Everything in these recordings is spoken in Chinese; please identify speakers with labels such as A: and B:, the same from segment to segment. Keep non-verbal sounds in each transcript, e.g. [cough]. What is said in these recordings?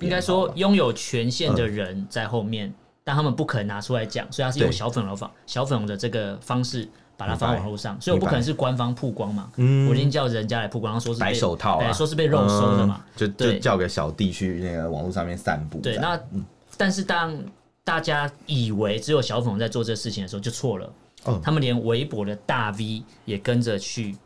A: 应该说拥有权限的人在后面，但他们不可能拿出来讲，所以他是用
B: 对
A: 小粉红方小粉红的这个方式把它放
B: 嗯
A: 到
B: 明白
A: 网络上，所以我不可能是官方曝光嘛，
B: 嗯
A: 我已经叫人家来曝光，然后说是被
B: 白手套
A: 哎
B: 啊，
A: 说是被肉收的嘛
B: 嗯，就就
A: 对
B: 叫个小弟去那个网络上面散步这
A: 对，
B: 样。
A: 那但是当大家以为只有小粉红在做这事情的时候，就错了。
B: 哦
A: 他们连微博的大 V 也跟着去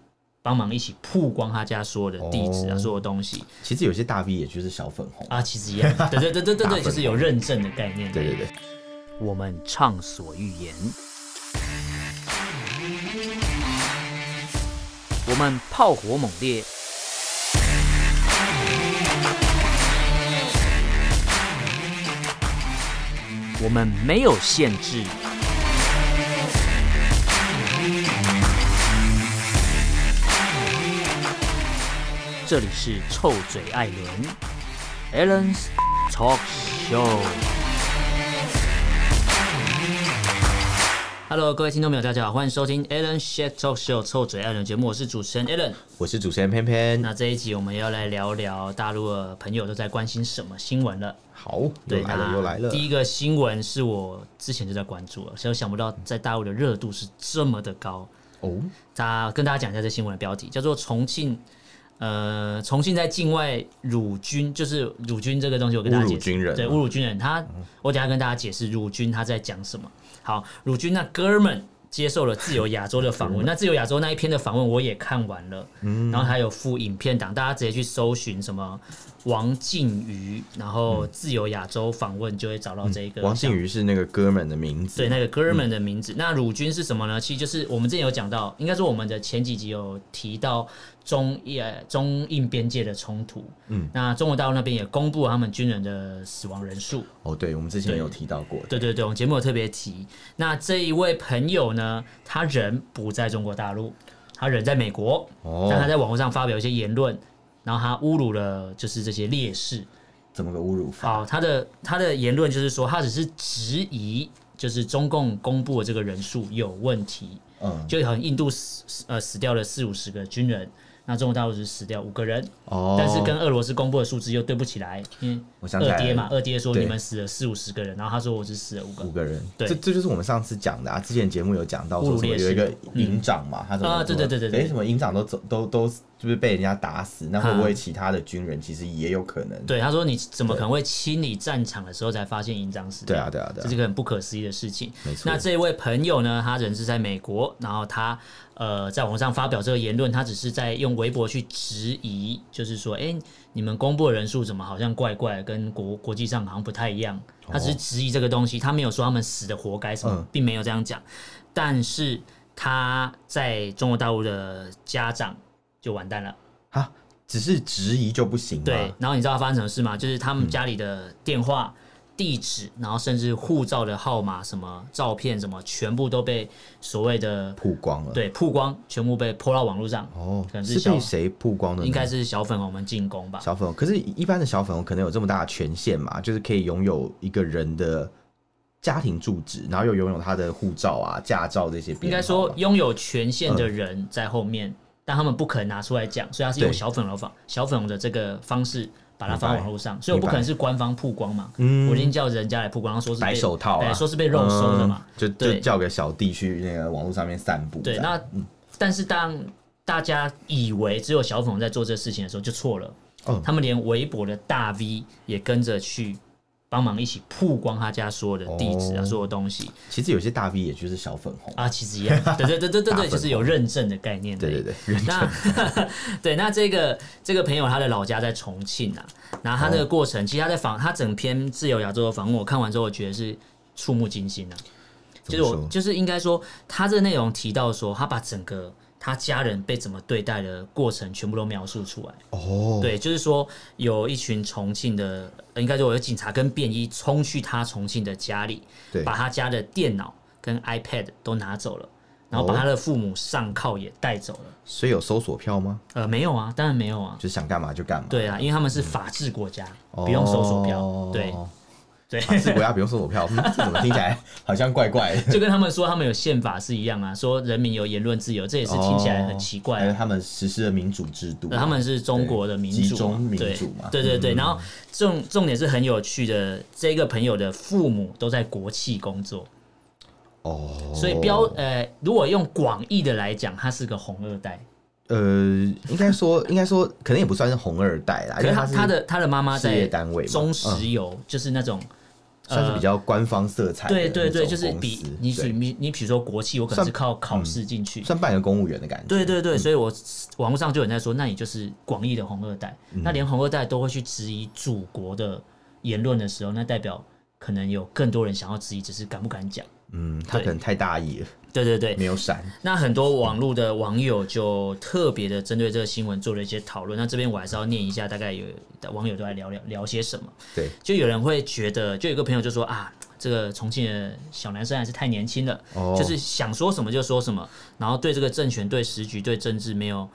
A: 帮忙一起曝光他家所有的地址啊，
B: 哦
A: 所有东西
B: 其实有些大 V 也就是小粉红。
A: 啊，其实一样。对对对对对
B: 大
A: 对，
B: 粉
A: 就是有认证的概念。
B: 对对对，
A: 我们畅所欲言，我们炮火猛烈，我们没有限制。这里是臭嘴艾伦 a l l e n s Talk Show。Hello，各位听众朋友，大家好，欢迎收听 Alan s h a t Talk Show 臭嘴艾伦节目，我是主持人 Alan。
B: 我是主持人偏偏。
A: 那这一集我们要来聊聊大陆的朋友都在关心什么新闻了。
B: 好，又来了
A: 那
B: 又来了。
A: 第一个新闻是我之前就在关注了，所以我想不到在大陆的热度是这么的高。
B: 哦，
A: 大跟大家讲一下这新闻的标题，叫做重庆。呃，重庆在境外辱军，就是辱军这个东西，我跟大家解
B: 侮辱军人
A: 对，
B: 啊
A: 侮辱军人。他，我等一下跟大家解释辱军他在讲什么。好，辱军那哥们接受了自由亚洲的
B: 嗯
A: 访问，那自由亚洲那一篇的访问我也看完了，然后还有附影片档，大家直接去搜寻什么王靖宇，然后自由亚洲访问就会找到这一个
B: 嗯王靖宇是那个哥们的名字。
A: 对，那个哥们的名字。那鲁军是什么呢？其实就是我们之前有讲到，应该说我们的前几集有提到中印呃中印边界的冲突。嗯，那中国大陆那边也公布了他们军人的死亡人数。
B: 哦，对，我们之前
A: 对
B: 有提到过。
A: 对对对，我们节目有特别提。那这一位朋友呢，他人不在中国大陆，他人在美国，
B: 哦
A: 但他在网络上发表一些言论，然后他侮辱了就是这些烈士。
B: 怎么个侮辱法？
A: 好，他的他的言论就是说，他只是质疑，就是中共公布的这个人数有问题，
B: 嗯，
A: 就好像印度死死呃死掉了四五十个军人，那中国大陆只死掉五个人，
B: 哦，
A: 但是跟俄罗斯公布的数字又对不起来，因
B: 我
A: 为
B: 想起
A: 二
B: 来
A: 爹嘛，
B: 了
A: 二爹说
B: 对
A: 你们死了四五十个人，然后他说我只死了五个
B: 五，个人，
A: 对
B: 这这就是我们上次讲的啊。之前节目有讲到
A: 侮
B: 说
A: 辱
B: 什么
A: 烈士嗯
B: 有一个营长嘛，他怎么
A: 啊对对对对对
B: 哎，什么营长都走都都就是被人家打死，那会不会其他的军人其实也有可能？
A: 对，他说你怎么可能会清理战场的时候才发现营长死掉？
B: 对啊对啊对啊
A: 这是一个很不可思议的事情。
B: 没错
A: 那这位朋友呢，他人是在美国，然后他呃在网上发表这个言论，他只是在用微博去质疑，就是说，哎、你们公布的人数怎么好像怪怪，跟国国际上好像不太一样。他只是质疑这个东西，他没有说他们死的活该什么，
B: 哦嗯
A: 并没有这样讲。但是他在中国大陆的家长就完蛋了。
B: 哈，只是质疑就不行吗？
A: 对，然后你知道发生什么事吗？就是他
B: 嗯
A: 们家里的电话、地址，然后甚至护照的号码、什么照片、什么，全部都被所谓的
B: 曝光了。，
A: 对曝光，全部被泼到网络上。
B: 哦
A: 可，能是
B: 是
A: 小
B: 被谁曝光的呢？
A: 应该是小粉红们进攻吧？
B: 小粉红，可是一般的小粉红可能有这么大的权限嘛，就是可以拥有一个人的家庭住址，然后又拥有他的护照啊、驾照这些编号啊。
A: 应该说拥有权限的人在后面，但他们不可能拿出来讲，所以他是用
B: 对
A: 小粉红方小粉红的这个方式把它
B: 明白
A: 放到网络上，所以我不
B: 明白
A: 可能是官方曝光嘛，
B: 嗯
A: 我已经叫人家来曝光，然后说是被
B: 白手套啊，
A: 对，说是被肉收的嘛，
B: 嗯就就
A: 对
B: 叫个小弟去那个网络上面散步这
A: 对，
B: 样。
A: 那、但是当大家以为只有小粉红在做这事情的时候，就错了。
B: 嗯
A: 他们连微博的大 V 也跟着去帮忙一起曝光他家所有的地址啊，
B: 哦
A: 所有东西
B: 其实有些大 V 也就是小粉红，
A: 啊，其实一样。对对对对对
B: 大
A: 对，
B: [laughs] 粉
A: 就是有认证的概念。
B: 对对。对，
A: [laughs]
B: 认
A: 那对，那这个这个朋友他的老家在重庆啊，然后他这
B: 哦
A: 个过程，其实他在访他整篇自由亚洲的访问，我看完之后，我觉得是触目惊心啊。就
B: 怎
A: 是
B: 么
A: 我
B: 说？
A: 就是应该说，他这内容提到说，他把整个他家人被怎么对待的过程全部都描述出来。
B: 哦，
A: 对，就是说有一群重庆的，呃应该说有警察跟便衣冲去他重庆的家里，
B: 对
A: 把他家的电脑跟 iPad 都拿走了，然后把
B: 哦
A: 他的父母上铐也带走了。
B: 所以有搜索票吗？
A: 呃，没有啊，当然没有啊。
B: 就是想干嘛就干嘛。
A: 对啊，因为他们是法治国家，
B: 嗯哦，
A: 不用搜索票。对，对， [laughs]
B: 啊是国家不用搜索票，嗯这怎么听起来好像怪怪的？
A: 就跟他们说他们有宪法是一样啊，说人民有言论自由，这也是听起来很奇怪、
B: 还有
A: 啊。
B: 他们实施的民主制度，
A: 呃他们是中国的民
B: 集
A: 主
B: 中
A: 嘛，
B: 民
A: 对
B: 主嘛嗯
A: 对对对。然后重重点是很有趣的，这个朋友的父母都在国企工作，
B: 哦，
A: 所以标呃，如果用广义的来讲，他是个红二代。
B: 呃，应该说应该说，可能也不算是红二代啦，
A: 可是
B: 因为
A: 他
B: 哎是
A: 他的他的妈妈
B: 事业
A: 在
B: 单位嘛嗯
A: 中石油，就是那种
B: 算是比较官方色彩的哎那
A: 呃对
B: 种公
A: 对对，
B: 司，
A: 就是比你比
B: 对
A: 你你比如说国企，我可能
B: 算嗯
A: 是靠考试进去。
B: 算半个公务员的感觉，
A: 对对对，所以我网络上就有人在说，那你就是广义的红二代。那连红二代都会去质疑祖国的言论的时候，那代表可能有更多人想要质疑，只是敢不敢讲。
B: 嗯，他可
A: 对
B: 能太大意了，
A: 对对对，
B: 没有闪，
A: 那很多网络的网友就特别的针对这个新闻做了一些讨论。那这边我还是要念一下，大概有网友都在聊聊聊些什么。
B: 对，
A: 就有人会觉得，就有一个朋友就说啊，这个重庆的小男生还是太年轻了，[laughs]
B: 哦
A: 就是想说什么就说什么，然后对这个政权、对时局、对政治没有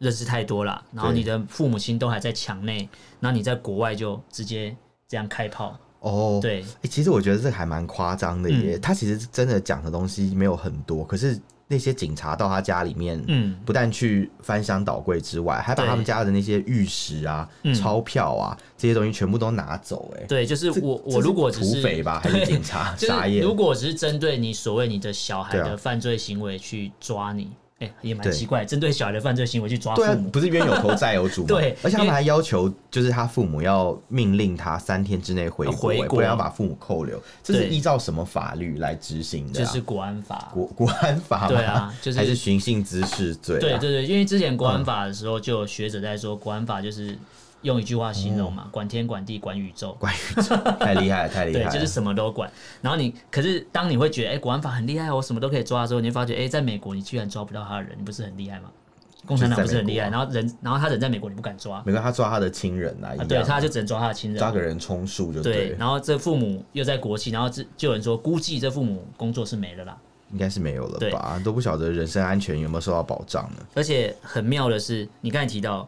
A: 认识太多啦。然后
B: 对
A: 你的父母亲都还在墙内，那你在国外就直接这样开炮，
B: 哦，
A: 对
B: 欸其实我觉得这还蛮夸张的
A: 嗯
B: 耶。他其实真的讲的东西没有很多，可是那些警察到他家里面，
A: 嗯
B: 不但去翻箱倒柜之外，还把
A: 对
B: 他们家的那些玉石啊、
A: 嗯
B: 钞票啊这些东西全部都拿走。哎，
A: 对，就是
B: 这
A: 我
B: 这
A: 我如果只
B: 是土
A: 是 [laughs]
B: 匪吧，还是警察？
A: 就
B: 傻
A: 是
B: 眼
A: 如。果只是针对你所谓你的小孩
B: 对
A: 的
B: 啊
A: 犯罪行为去抓你，哎、也蛮
B: 对
A: 奇怪，针对小孩的犯罪行为去抓父
B: 对啊
A: 母，，
B: 不是冤有头债有主吗？
A: [laughs] 对
B: 而
A: 因
B: 且他
A: 为
B: 们还要求，就是他父母要命令他三天之内回国，
A: 回
B: 欸
A: 国
B: 不然要把父母扣留。这是
A: 对
B: 依照什么法律来执行的
A: 就
B: 啊？
A: 是国安法。
B: 国国安法吗
A: 对啊就是
B: 还是寻衅滋事罪、啊。
A: 对对对，因为之前国安法的时候，就有学者在说，国安法就是用一句话形容
B: 嗯
A: 嘛，管天管地管宇宙。
B: 关于这 [laughs] 太厉害了，太厉害
A: [laughs] 对，
B: 了。
A: 就是什么都管。然后你，可是当你会觉得，哎、国安法很厉害哦，我什么都可以抓的时候，你会发觉，哎、在美国你居然抓不到他的人，你不是很厉害吗？共产党不是很厉害，
B: 就是在美
A: 然后人，然后他人在美国，你不敢抓，啊
B: 没关系，他抓他的亲人啊，一样
A: 对，他就只能抓他的亲人嘛。
B: 抓个人充数就
A: 对
B: 对，，
A: 然后这父母又在国企，然后这就有人说，估计这父母工作是没了啦。
B: 应该是没有了吧？都不晓得人身安全有没有受到保障呢？
A: 而且很妙的是，你刚才提到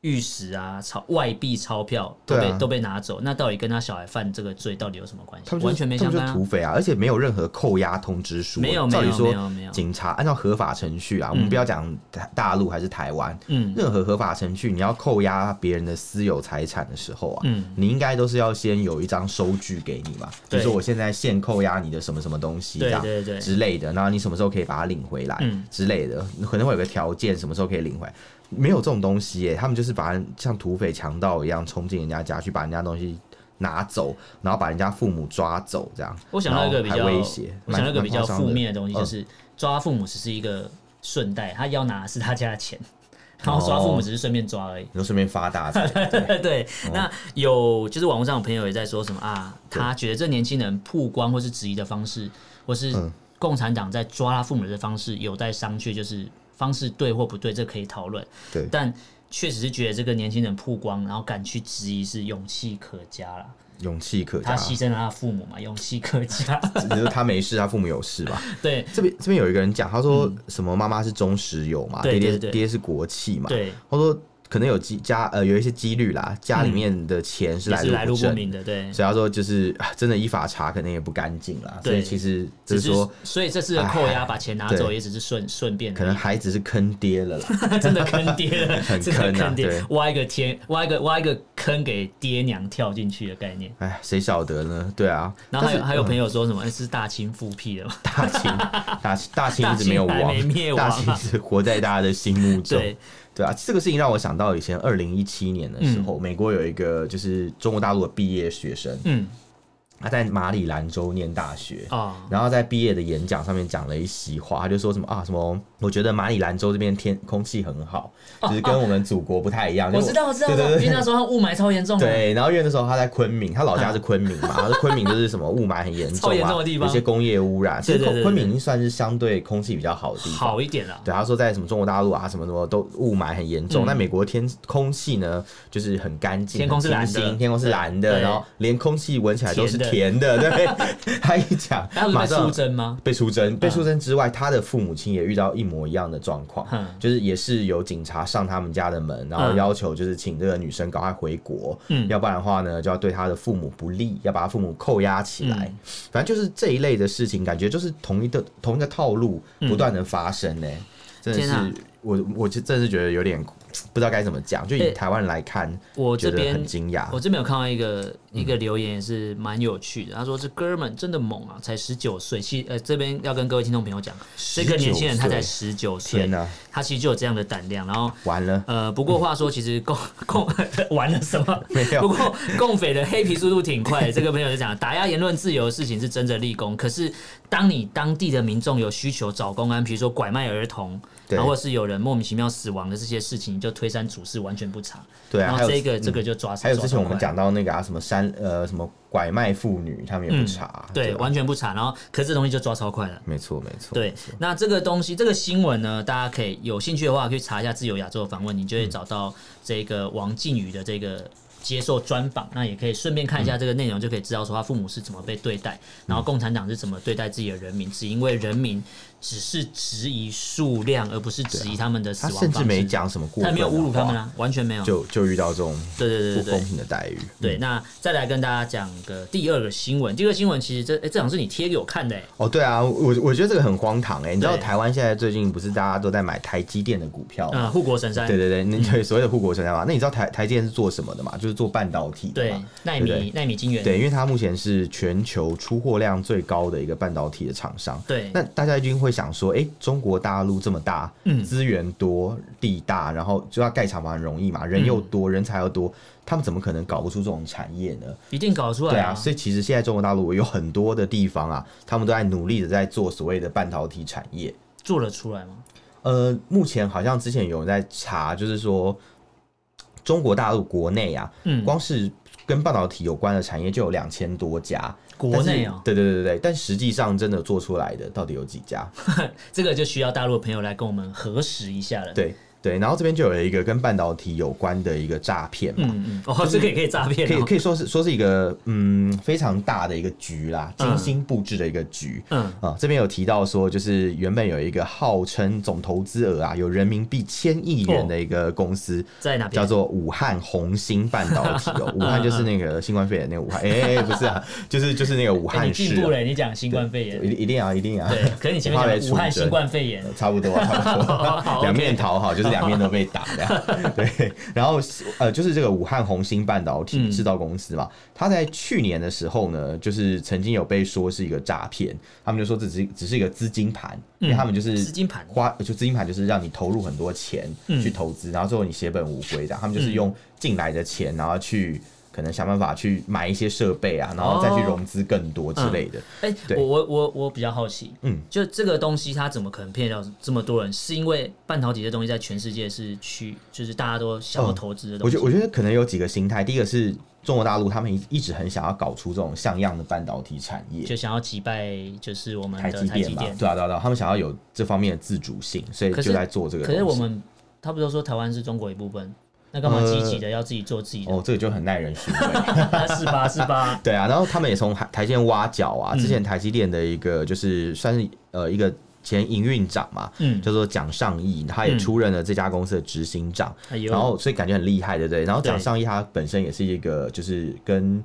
A: 玉石啊、钞、外币、钞票都
B: 对啊
A: 被、都被拿走，那到底跟他小孩犯这个罪到底有什么关系
B: 他？们就
A: 完全没
B: 他
A: 相
B: 们就
A: 干、啊
B: 土。匪啊，而且没有任何扣押通知书。
A: 没有
B: 照理
A: 没有
B: 说
A: 没有没有
B: 警察按照合法程序啊，我们不要讲大大陆还是台湾，
A: 嗯，
B: 任何合法程序，你要扣押别人的私有财产的时候啊，
A: 嗯
B: 你应该都是要先有一张收据给你嘛，比
A: 对
B: 如说我现在现扣押你的什么什么东西，
A: 对
B: 这样
A: 对对
B: 之类的，然后你什么时候可以把它领回来、
A: 嗯
B: 之类的，可能会有个条件，什么时候可以领回来。没有这种东西耶、他们就是把人像土匪强盗一样冲进人家家去，把人家东西拿走，然后把人家父母抓走，这样。
A: 我想到一个比
B: 然
A: 较，
B: 后还威胁
A: 我想到一个比较
B: 蛮蛮夸张
A: 负
B: 的嗯
A: 面的东西，就是抓父母只是一个顺带，他要拿的是他家的钱，
B: 哦
A: 然后抓父母只是顺便抓而已。
B: 你就顺便发
A: [laughs]
B: 大财，对不对哦
A: 对，那有就是网络上有朋友也在说什么啊，
B: 对
A: 他觉得这年轻人曝光或是质疑的方式，或是
B: 嗯
A: 共产党在抓他父母的方式有待商榷，就是方式对或不对，这可以讨论。
B: 对
A: 但确实是觉得这个年轻人曝光，然后敢去质疑是勇气可嘉啦。
B: 勇气可
A: 他
B: 嘉。
A: 牺牲了他的父母嘛，勇气可嘉。 [laughs]
B: 只是他没事，他父母有事吧？ [laughs]
A: 对
B: 这边这边有一个人讲，他说什么妈妈是中石油嘛，
A: 嗯对
B: 爹
A: 对对
B: 爹爹是国企嘛，
A: 对，
B: 他说可能有几家呃有一些几率啦，家里面的钱是
A: 也
B: 来
A: 是来路
B: 不
A: 不
B: 正，
A: 明的，对。
B: 所以他说就是啊真的依法查，可能也不干净啦，所
A: 对
B: 以其实就
A: 只
B: 是说。，
A: 所以这次的扣押
B: 哎
A: 把钱拿走，
B: 对
A: 也只是顺顺便而已，
B: 可能孩子是坑爹了
A: [laughs]
B: 啦，
A: 真的坑爹了，
B: [laughs] 很
A: 真的
B: 坑啊
A: 坑爹
B: 对，
A: 挖一个天，挖一个挖一个坑给爹娘跳进去的概念。
B: 哎，谁晓得呢？对啊，
A: 然后还有
B: 但是
A: 还有朋
B: 嗯
A: 友说什么、哎是大清复辟的嘛？
B: 大清
A: [laughs]
B: 大清大清
A: 大
B: 一直没有
A: 清还
B: 亡
A: 没灭，亡
B: 大
A: 啊
B: 清一直活在大家的心目中。
A: 对，
B: 对啊，这个事情让我想到以前二零一七年的时候，美国有一个就是中国大陆的毕业学生，
A: 嗯
B: 他在马里兰州念大学。
A: 哦，
B: 然后在毕业的演讲上面讲了一席话，他就说什么啊什么，我觉得马里兰州这边天空气很好，就是跟我们祖国不太一样。
A: 哦我
B: 就是
A: 知道我知道，嗯
B: 对对
A: 因为
B: 对
A: 那时候他雾霾超严重的，
B: 对，然后因为那时候他在昆明，他老家是昆明
A: [laughs]
B: 嘛，然后昆明就是什么雾霾很严重
A: 嗯超
B: 啊，
A: 严重的地方
B: 有一些工业污染。其
A: 对
B: 实
A: 对对对
B: 昆明已经算是相对空气比较好的地方。
A: 好一点了。
B: 对，他说在什么中国大陆啊，什么什么都雾霾很严重。
A: 嗯
B: 那、美国天空气呢，就是很干净，
A: 天空是
B: 很
A: 蓝的
B: 清新天空是蓝
A: 对
B: 的，然后连空气闻起来都是
A: 甜的
B: 甜的，
A: [laughs]
B: 对，他一讲
A: 他，不
B: 马
A: 是被
B: 上
A: 出征吗？
B: 被出
A: 嗯
B: 征，被出征之外，他的父母亲也遇到一模一样的状况
A: 嗯，
B: 就是也是有警察上他们家的门，然后
A: 嗯
B: 要求就是请这个女生赶快回国，
A: 嗯
B: 要不然的话呢，就要对她的父母不利，要把她父母扣押起来。
A: 嗯
B: 反正就是这一类的事情，感觉就是同一个同一个套路不断的发生呢、真
A: 嗯
B: 的
A: 天啊
B: 是我我就真的是觉得有点不知道该怎么讲，就以
A: 对
B: 台湾人来看，
A: 我
B: 觉
A: 这
B: 得
A: 边
B: 很嗯惊讶
A: 我。这边有看到一个一个留言也是蛮有趣的，他说这哥们真的猛啊，才十九岁，其呃这边要跟各位听众朋友讲，这个年轻人他才十九岁
B: 天，哪、
A: 他其实就有这样的胆量，然后。
B: 完了！
A: 呃，不过话说，其实
B: [laughs]
A: 共共 [laughs] 玩了什么？
B: 没有
A: 不过共匪的黑皮速度挺
B: [laughs]
A: 快的。这个朋友就讲，打压言论自由的事情是真的立功，可是当你当地的民众有需求找公安，比如说拐卖儿童，
B: 对
A: 然后或是有人莫名其妙死亡的这些事情，你就推三阻四，完全不查。
B: 对啊
A: 然
B: 还
A: 后
B: 有嗯
A: 这个这个就抓。
B: 还有之前我
A: 抓
B: 们
A: 到
B: 讲到那个啊，什么山呃，什么拐卖妇女，他们也不查，
A: 快，嗯对，
B: 吧
A: 完全不查，然后可是这东西就抓超快了。
B: 没错没错，
A: 对，那这个东西，这个新闻呢，大家可以有兴趣的话，可以查一下自由亚洲的访问，你就会找到这个王靖宇的这个接受专访。那也可以顺便看一下这个内容，就可以知道说他父母是怎么被对待，然后共产党是怎么对待自己的人民，只因为人民只是质疑数量，而不是质疑他们的死
B: 他
A: 亡
B: 甚
A: 方
B: 至
A: 式
B: 没，讲什么过
A: 他
B: 分，
A: 没有侮辱他们，啊，完全没有。
B: 就就遇到这种
A: 对对对
B: 不
A: 对对
B: 公。平的待遇，嗯
A: 对，那再来跟大家讲个第二个新闻。第二个新闻其实这哎、这好像是你贴给我看的、诶
B: 哦，对啊，我我觉得这个很荒唐哎、你知道
A: 对
B: 台湾现在最近不是大家都在买台积电的股票吗？
A: 嗯，护国神山，
B: 对对对，那对所谓的护国神山嘛，那你知道台台积电是做什么的嘛？就是做半导体的
A: 对
B: 嘛，，
A: 纳
B: 对不
A: 米纳米晶圆，
B: 对，因为它目前是全球出货量最高的一个半导体的厂商。
A: 对
B: 那大家一定会想说，哎、中国大陆这么大，
A: 嗯
B: 资源多，地大，然后就要盖厂房很容易
A: 嗯
B: 嘛，人又多，人才又多，他们怎么可能搞不出这种产业呢？
A: 一定搞出
B: 对
A: 来
B: 啊，所以其实现在中国大陆有很多的地方啊，他们都在努力的在做所谓的半导体产业。
A: 做得出来吗？
B: 呃，目前好像之前有人在查，就是说中国大陆国内啊，
A: 嗯，
B: 光是跟半导体有关的产业就有两千多家，
A: 国内啊、
B: 但是对对对对对，但实际上真的做出来的到底有几家？
A: [laughs] 这个就需要大陆的朋友来跟我们核实一下了。，
B: 对对，然后这边就有一个跟半导体有关的一个诈骗嘛，
A: 嗯嗯，哦，这个也可以诈骗、
B: 可以
A: 哦，
B: 可以说是说是一个嗯非常大的一个局啦，精心布置的一个局。
A: 嗯
B: 啊，这边有提到说，就是原本有一个号称总投资额啊有人民币千亿元的一个公司，
A: 在哪边？
B: 叫做武汉红星半导体
A: [laughs]
B: 哦，武汉就是那个新冠肺炎那个武汉，哎、哎不是啊，就是就是那个武
A: 哎
B: 汉
A: 你
B: 市
A: 进
B: 哦、
A: 步了，你讲新冠肺炎，
B: 一一定啊要一定要，
A: 对，可是你前面
B: 我怕被
A: 讲
B: 出
A: 武汉
B: 征
A: 新冠肺炎，
B: [laughs]
A: 哦
B: 差不多、啊，差不
A: 好
B: 多，两面讨好，就是两面都被打
A: [laughs]
B: 的。对，然后呃，就是这个武汉红星半导
A: 嗯
B: 体制造公司嘛，它在去年的时候呢，就是曾经有被说是一个诈骗，他们就说这只是只是一个资金盘，因为他们就是
A: 嗯资金盘
B: 花就资金盘就是让你投入很多钱去投
A: 嗯
B: 资，然后最后你血本无归的，他们就是用进来的钱，然后去。可能想办法去买一些设备啊，然后再去
A: 哦
B: 融资更多之类的。
A: 哎、
B: 对
A: 我我我我比较好奇，
B: 嗯，
A: 就这个东西它怎么可能骗到这么多人？是因为半导体这东西在全世界是去，就是大家都想要
B: 嗯
A: 投资的
B: 我
A: 东西。
B: 觉我觉得可能有几个心态，第一个是中国大陆他们一一直很想要搞出这种像样的半导体产业，
A: 就想要击败，就是我们
B: 台
A: 的
B: 积
A: 台
B: 电
A: 积
B: 嘛
A: 电，，
B: 对啊对啊对啊，他们想要有这方面的自主性，所以
A: 可是
B: 就在做这个
A: 可
B: 东西。
A: 是我们，他不都说台湾是中国一部分，那干嘛积极的要自己做自己的？
B: 哦，这个就很耐人寻味。
A: [laughs] 是吧？是吧？
B: 对啊，然后他们也从台台积电挖角
A: 嗯
B: 啊，之前台积电的一个就是算是呃一个前营运长嘛，
A: 嗯
B: 叫做蒋尚义，他也
A: 嗯
B: 出任了这家公司的执行长，
A: 哎呦，
B: 然后所以感觉很厉害，对不对？然后
A: 对
B: 蒋尚义他本身也是一个就是跟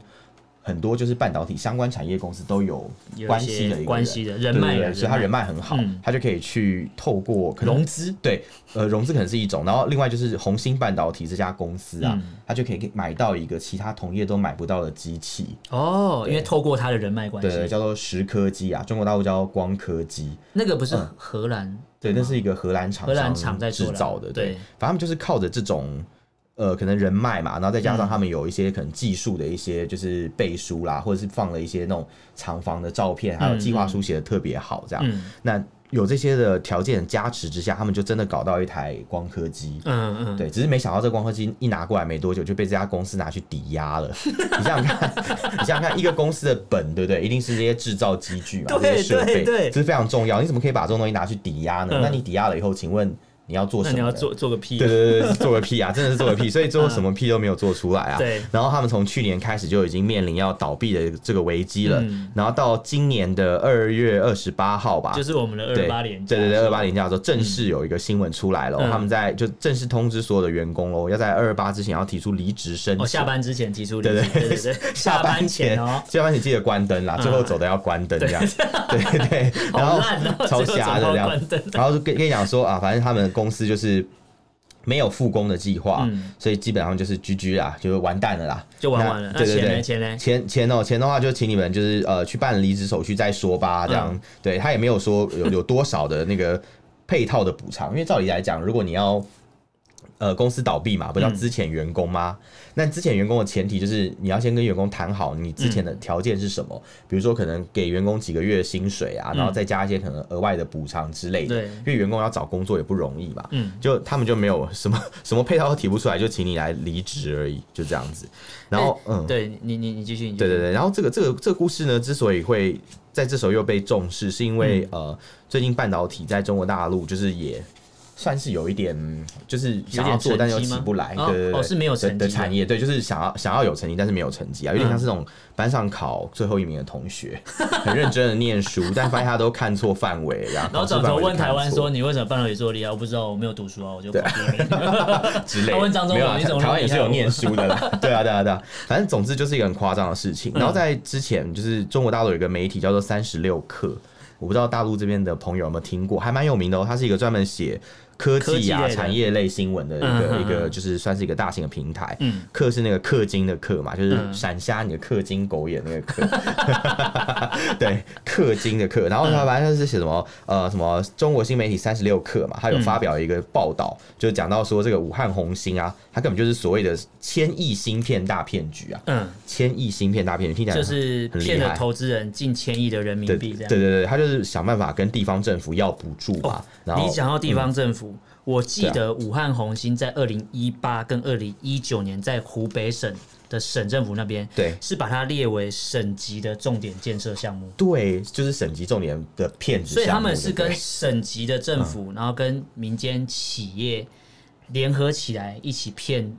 B: 很多就是半导体相关产业公司都有
A: 有一
B: 关
A: 些
B: 系的一个
A: 关
B: 人
A: 系的人
B: 对对
A: 脉啊
B: 对
A: 人
B: 所以他
A: 脉
B: 人脉很好，
A: 嗯
B: 他就可以去透过可能
A: 融资
B: 对，呃，融资可能是一种，然后另外就是红星半导体这家公司啊，
A: 嗯
B: 它就可以买到一个其他同业都买不到的机器，
A: 哦，因为透过他的人脉关
B: 对，
A: 系，
B: 叫做石科机啊，中国大陆叫光科机，
A: 那个不是
B: 嗯
A: 荷兰
B: 对，那是一个荷兰
A: 嗯
B: 厂
A: 荷兰
B: 商
A: 厂在
B: 制
A: 做啦
B: 造的，对，
A: 对
B: 反正他们就是靠着这种。呃，可能人脉嘛，然后再加上
A: 嗯
B: 他们有一些可能技术的一些就是背书啦，或者是放了一些那种厂房的照片，还有计划书写的特别好，这样。
A: 嗯
B: 那有这些的条件加持之下，他们就真的搞到一台光刻机。
A: 嗯嗯，
B: 对，只是没想到这光刻机一拿过来没多久就被这家公司拿去抵押
A: [laughs]
B: 了。你想想看， [laughs] 你想想看，一个公司的本，对不对？一定是这些制造机具嘛，
A: 对
B: 这些设
A: 对
B: 备，
A: 对
B: 这是非常重要。你怎么可以把这种东西拿去抵押呢？
A: 嗯
B: 那你抵押了以后，请问你要做
A: 那
B: 什么
A: 你
B: 呢？
A: 要做做个屁、啊
B: 对对对对，做个屁
A: [laughs]
B: 啊，真的是做个屁，所以最后什么屁都没有做出来啊。
A: 对
B: 然后他们从去年开始就已经面临要倒闭的这个危机了，
A: 嗯
B: 然后到今年的二月二十八号吧，
A: 就是我们的二
B: 啊对
A: 八连假，
B: 对对对，二八年假的时候正式有一个新闻出来了，
A: 嗯
B: 他们在就正式通知所有的员工喽，要在二八之前要提出离职申请。
A: 哦，下班之前提出离职，对对对，
B: 下
A: 下班前哦，
B: [laughs]
A: 嗯
B: 下班前记得关灯啦，最后走的要关灯
A: [laughs]
B: 这样，对对对，然
A: 好
B: 后
A: 烂哦，
B: 超
A: 最后
B: 瞎
A: 怎
B: 的
A: 么
B: 这样
A: 关灯，
B: 然后就跟跟你讲说啊，反正他们公司就是没有复工的计划，
A: 嗯
B: 所以基本上就是 GG 啦，就是完蛋了啦，
A: 就玩完了。
B: 那
A: 那
B: 对对
A: 钱呢？
B: 对，
A: 钱呢？
B: 钱钱哦，钱的话就请你们就是呃去办离职手续再说吧，这样。
A: 嗯
B: 对他也没有说有有多少的那个配套的补偿，因为照理来讲，如果你要呃公司倒闭嘛，不是要
A: 嗯
B: 资遣员工吗？那资遣员工的前提就是你要先跟员工谈好你之前的
A: 嗯
B: 条件是什么，比如说可能给员工几个月的薪水啊，然后
A: 嗯
B: 再加一些可能额外的补偿之类的，
A: 对
B: 因为员工要找工作也不容易嘛。
A: 嗯，
B: 就他们就没有什么什么配套都提不出来，就请你来离职而已，就这样子。然后，嗯，
A: 对你你你继续，你继
B: 对
A: 续
B: 对对，然后这个这个这个故事呢，之所以会在这时候又被重视，是因为、
A: 嗯
B: 呃，最近半导体在中国大陆就是也算是有一点，嗯就是想要做
A: 有点成绩
B: 但又起不来，
A: 吗
B: 对对
A: 哦
B: 对，
A: 哦是没有成绩的嗯
B: 的的产业，对，就是想要想要有成绩，但是没有成绩啊，有点像是那种班上考最后一名的同学，很认真的念书，但发现他都看错范围，然
A: 然
B: 后
A: 后
B: 考试
A: 转头
B: 范围
A: 问
B: 看
A: 台湾
B: 错
A: 说：“你为什么半导体做厉害？”我不知道，我没有读书啊，我就跑第一名
B: [laughs] 之类
A: 他
B: 的。
A: 问张忠谋
B: 没有啊
A: 你怎么那
B: 台
A: 么
B: 湾也是有
A: 厉害
B: 念书
A: [laughs]
B: 的啦。对啊，对啊，对啊。反正总之就是一个很夸张的事
A: 嗯
B: 情。然后在之前，就是中国大陆有一个媒体叫做三十六氪，我不知道大陆这边的朋友有没有听过，还蛮有名的哦。它是一个专门写科技啊
A: 科技类的
B: 产业类新闻的一
A: 嗯嗯
B: 个
A: 嗯
B: 一个，就是算是一个大型的平台。
A: 嗯，
B: 氪是那个氪金的氪嘛，就是
A: 嗯
B: 闪瞎你的氪金狗眼那个氪，对，氪 [laughs] 金的氪。然后他反正是写什么呃什么中国新媒体三十六氪嘛，他
A: 嗯
B: 有发表一个报道，就讲到说这个武汉红星啊，它根本就是所谓的千亿芯片大骗局啊，
A: 嗯，
B: 千亿芯片大骗局，听起来
A: 就
B: 很
A: 是
B: 很厉
A: 骗了
B: 害
A: 投资人近千亿的人民
B: 对
A: 币
B: 对
A: 这
B: 对
A: 样。哦
B: 对，他就是想办法跟地方政府要补助嘛，然后
A: 你讲到地方政府，我记得武汉红星在二零一八跟二零一九年在湖北省的省政府那边，
B: 对
A: 是把它列为省级的重点建设项目。对
B: 对，就是省级重点的骗子
A: 所以他
B: 项目，
A: 们是
B: 对不对嗯
A: 跟省级的政府，然后跟民间企业联合起来，一起骗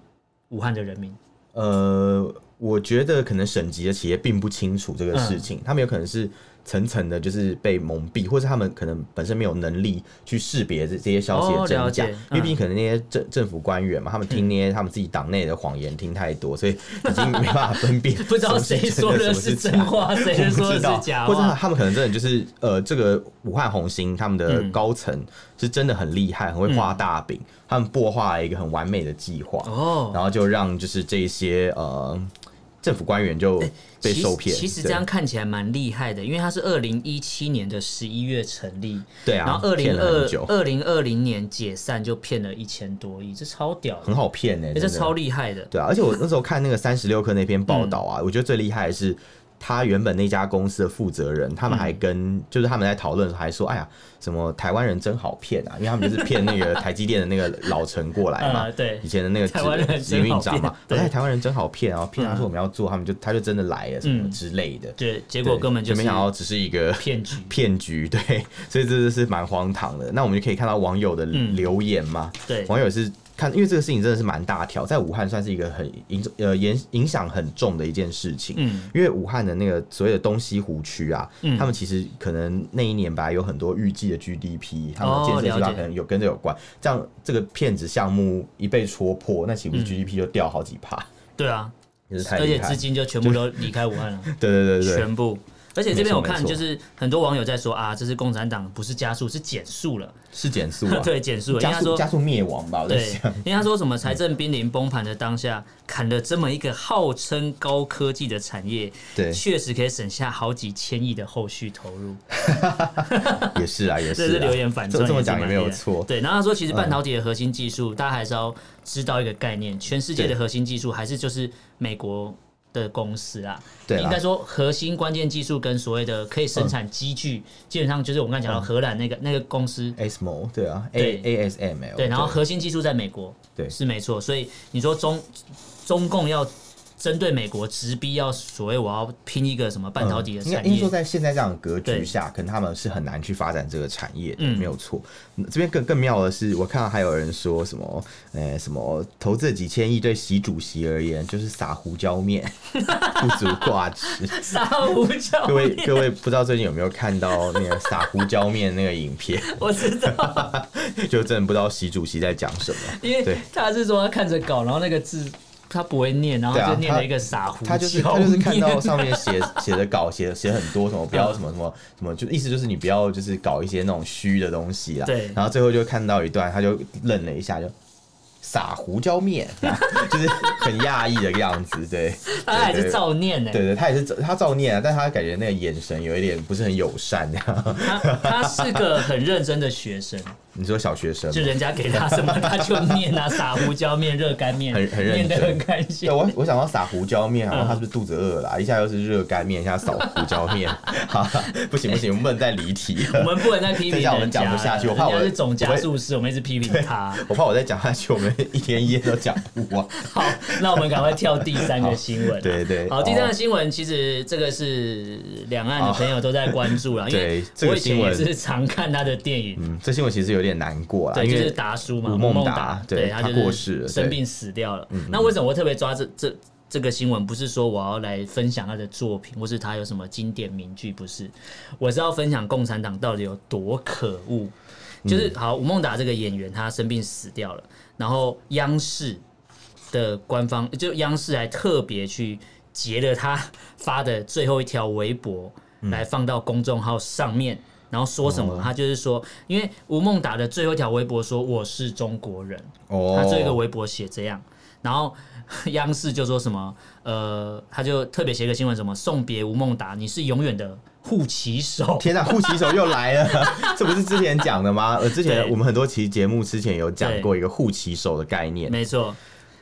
A: 武汉的人民。
B: 呃，我觉得可能省级的企业并不清楚这个事情，
A: 嗯
B: 他们有可能是层层的，就是被蒙蔽，或者他们可能本身没有能力去识别这这些消息
A: 哦
B: 的真
A: 了
B: 假，
A: 解
B: 因为
A: 嗯
B: 毕竟可能那些政政府官员嘛，他们听那些他们自己党内的谎言听太多，所以已经没办法分辨，
A: [laughs] 不知道谁说
B: [laughs]
A: 的是真话，谁
B: 我
A: 说
B: 不
A: 的
B: 知道，
A: 是假
B: 或者
A: 话。
B: 他们可能真的就是呃，这个武汉红星他们的
A: 嗯
B: 高层是真的很厉害，很会画大饼，他们擘画了一个很完美的计划，
A: 哦，
B: 然后就让就是这些呃政府官员就被受骗。
A: 哎其实。其实
B: 对
A: 这样看起来蛮厉害的，因为它是二零一七年的十一月成立，
B: 对啊，
A: 然后二
B: 骗
A: 零
B: 了
A: 二
B: 很久，
A: 二零二零年解散就骗了一千多亿，这超屌的，
B: 很好骗呢、
A: 欸、这
B: 嗯真的
A: 超嗯厉害的。
B: 对啊，而且我那时候看那个三十六氪那篇报道啊，我觉得最厉害的是他原本那家公司的负责人，他们
A: 嗯
B: 还跟、就是他们在讨论的时候还说，哎呀，什么台湾人真好骗啊，因为他们就是骗那个台积电的那个老陈过来
A: [laughs]
B: 嘛。
A: 呃，对
B: 以，前的那个
A: 台湾人真好
B: 直运长嘛，
A: 骗对
B: 哎，台湾人真好骗啊！骗他说
A: 嗯
B: 我们要做，他们就他就真的来了什么
A: 嗯
B: 之类的。
A: 对，结果
B: 对
A: 根本就是
B: 没想到只是一个
A: 骗局。
B: 骗局， [laughs] 对，所以这就是蛮荒唐的。那我们就可以看到网友的
A: 嗯
B: 留言嘛，
A: 对，
B: 网友也是看，因为这个事情真的是蛮大条，在武汉算是一个很影呃影影响很重的一件事情。
A: 嗯
B: 因为武汉的那个所谓的东西湖区啊，
A: 嗯
B: 他们其实可能那一年本来有很多预计的 GDP，他们
A: 哦
B: 建设计
A: 了
B: 划
A: 解
B: 可能有跟这有关。这样这个骗子项目一被戳破，那岂不是 GDP 就掉好几趴？
A: 对啊，
B: 也是太
A: 嗯而且
B: 厉害
A: 资
B: 了。
A: 金就全部都离开武汉了。
B: 对对对对，
A: 全部。而且这边我看
B: 没错
A: 就是很多网友在说啊，这是共产党不是加速是减速了，，
B: 是减速
A: [laughs]
B: 啊
A: 对减速了。因为他
B: 加速
A: 说
B: 加速灭亡吧，我在
A: 对
B: [laughs] 想。，
A: 因为他说什么财政濒临崩盘的当下，砍了这么一个号称高科技的产业，
B: 对
A: 确实可以省下好几千亿的后续投
B: [laughs]
A: 入。
B: 也是啊，也是、啊。
A: 这是留言反
B: 这
A: 转，
B: 这么
A: 也是
B: 讲也
A: 蛮
B: 没有
A: 厉害的
B: 错。嗯
A: 对，然后他说，其实半导体的核心技术，大家还是要知道一个概念，全世界的核心技术还是就是美国。的公司啊，
B: 对啦
A: 应该说核心关键技术跟所谓的可以生产机具，基本上就是我们刚才讲
B: 嗯
A: 到荷兰那个、那个公司，
B: ASML 对啊，A
A: 对
B: ASML
A: 对，然后核心技术在美国，
B: 对
A: 是没错。所以你说中中共要针对美国直逼要所谓我要拼一个什么半导体的
B: 嗯应该
A: 产
B: 应该
A: 业
B: 说，，在现在这样的格局
A: 对
B: 下，可能他们是很难去发展这个产业的，
A: 嗯
B: 没有错。嗯这边更更妙的是，我看到还有人说什么，呃，什么投资几千亿对习主席而言就是撒胡椒面， [laughs] 不足挂齿。
A: [laughs] 撒胡椒
B: 各位
A: 面
B: 各位，不知道最近有没有看到那个撒胡椒面那个影片？
A: 我知道，
B: [laughs] 就真的不知道习主席在讲什么。
A: 因为
B: 对
A: 他是说他看着稿，然后那个字他不会念，然后
B: 对啊
A: 就念
B: 他
A: 了一个傻胡椒
B: 他就是他就是看到上面写写的稿写写很多什么
A: 嗯
B: 不要什么什么什么，就意思就是你不要就是搞一些那种虚的东西啦。
A: 对
B: 然后最后就看到一段，他就愣了一下，就撒胡椒面，
A: [laughs]
B: 就是很讶异的样子。对，
A: [laughs] 他还是照念欸呢、
B: 对对，他也是照他照念啊，但他感觉那个眼神有一点不是很友善。这样， [laughs]
A: 他他是个很认真的学生，
B: 你说小学生吗
A: 就人家给他什么他就念啊， [laughs] 撒胡椒面、热干面，
B: 很很认
A: 念得
B: 真
A: 很开心
B: 对，。我我想要撒胡椒面，然后
A: 嗯
B: 他是不是肚子饿了啊、一下又是热干面，一下撒胡椒面， [laughs] 哈哈，不行不行，我们不能再离题 [laughs] 了。
A: 我们不能再批评
B: 这
A: 人
B: 下
A: 家
B: 我
A: 了，
B: 们讲不下去我怕我
A: 人家是总加速师，我们一直批评他。 [laughs]
B: 我怕我再讲下去，我们一天一夜都讲不完。
A: 好，那我们赶快跳第三个新闻。
B: 对对哦
A: 好，第三个新闻其实这个是两岸的朋友都在关注
B: [laughs]
A: 了，因为
B: 对这个
A: 我以前
B: 新闻
A: 也是常看他的电影，
B: 嗯，这新闻其实有点难过啦，
A: 对，
B: 啊因
A: 就是
B: 为
A: 达叔嘛，
B: 吴
A: 孟
B: 孟达
A: 对
B: 对
A: 他
B: 他
A: 就是
B: 过世了
A: 生
B: 对嗯
A: 病死掉了。那为什么我特别抓这这这个新闻？不是说我要来分享他的作品，或是他有什么经典名句，不是，我是要分享共产党到底有多可恶。就是、
B: 嗯
A: 好，吴孟达这个演员他生病死掉了，然后央视的官方就央视还特别去截了他发的最后一条微博
B: 嗯
A: 来放到公众号上面。然后说什么？
B: 哦
A: 他就是说，因为吴孟达的最后一条微博说我是中国人，
B: 哦，
A: 他这个微博写这样，然后央视就说什么，呃，他就特别写一个新闻，什么送别吴孟达，你是永远的护旗手，
B: 天哪，护旗手又来了， [laughs] 这不是之前讲
A: [laughs]
B: 的吗？呃，之前
A: 对
B: 我们很多期节目之前有讲
A: 对
B: 过一个护旗手的概念，
A: 没错。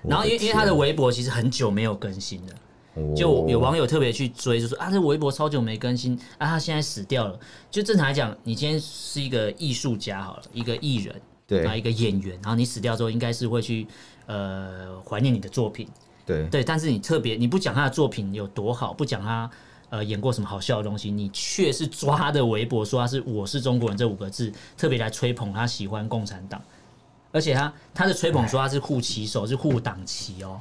A: 然后因为
B: 我的
A: 因为他的
B: 天
A: 微博其实很久没有更新了，嗯就
B: 哦
A: 有网友特别去追，就说啊，这微博超久没更新啊，他现在死掉了。就正常来讲，你今天是一个艺术家好了，一个艺人，
B: 对
A: 啊，一个演员，然后你死掉之后，应该是会去呃怀念你的作品，
B: 对
A: 对。但是你特别你不讲他的作品有多好，不讲他呃演过什么好笑的东西，你却是抓他的微博说他是“我是中国人”这五个字，特别来吹捧他喜欢共产党，而且他他的吹捧说他是护旗手，是护党旗哦。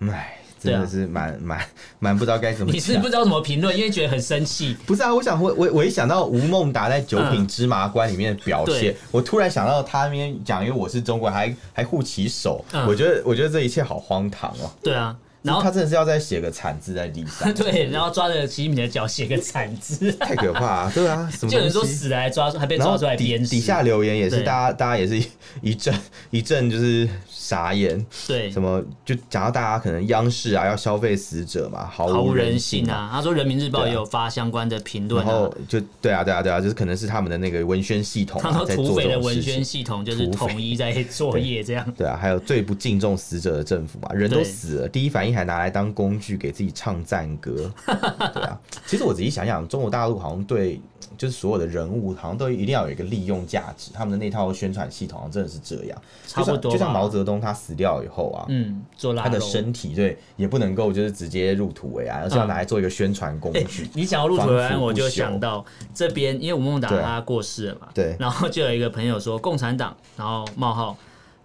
B: 哎，
A: 对
B: 真
A: 啊
B: 的是蛮蛮蛮不知道该怎么
A: 你是
B: 讲
A: 不。知道怎么评论，因为觉得很生气。
B: 不是啊，我想我我我一想到吴孟达在《九品芝麻官》里面的表现，
A: 嗯对
B: 我突然想到他那边讲，因为我是中国人，还还护旗手，
A: 嗯
B: 我觉得我觉得这一切好荒唐哦、
A: 对啊，然后
B: 他真的是要再写个惨字在地上，
A: [laughs] 对，然后抓着习近平的脚写个惨字，
B: 太可怕、啊，对啊，什么
A: 就有人说
B: 东西
A: 死了还抓，还被
B: 然
A: 抓
B: 后
A: 出来
B: 底
A: 鞭尸。
B: 底下留言也是
A: 对
B: 大家，大家也是一 [laughs] 一阵一阵就是傻眼，
A: 对
B: 什么就讲到大家可能央视啊要消费死者嘛，毫
A: 毫无人
B: 性
A: 性。啊！他说《人民日报》
B: 对啊
A: 也有发相关的评
B: 然
A: 论啊
B: 后，就对啊，对啊，对啊，就是可能是他们的那个文宣系统、
A: 他
B: 啊、
A: 说
B: 在
A: 土
B: 做
A: 匪
B: 这
A: 的
B: 种
A: 文
B: 事
A: 宣
B: 情。
A: 系统就是
B: 土匪
A: 统一在作业这样。
B: 对啊，还有最不敬重死者的政府嘛，人都
A: 对
B: 死了，第一反应还拿来当工具给自己唱赞
A: [laughs]
B: 歌。对啊，其实我仔细想想，中国大陆好像对就是所有的人物好像都一定要有一个利用价值，他们的那套宣传系统好像真的是这样，
A: 差不多吧
B: 就像就像毛泽东他死掉以后啊。
A: 嗯，做拉
B: 他的
A: 拢。
B: 身体对也不能够就是直接入土为安，而是要
A: 嗯哎
B: 拿来做一个宣传工具。
A: 你讲到陆土安，
B: 防腐
A: 我就
B: 不朽
A: 想到这边，因为吴孟达
B: 对
A: 他过世了嘛，
B: 对
A: 然后就有一个朋友说，共产党，然后冒号。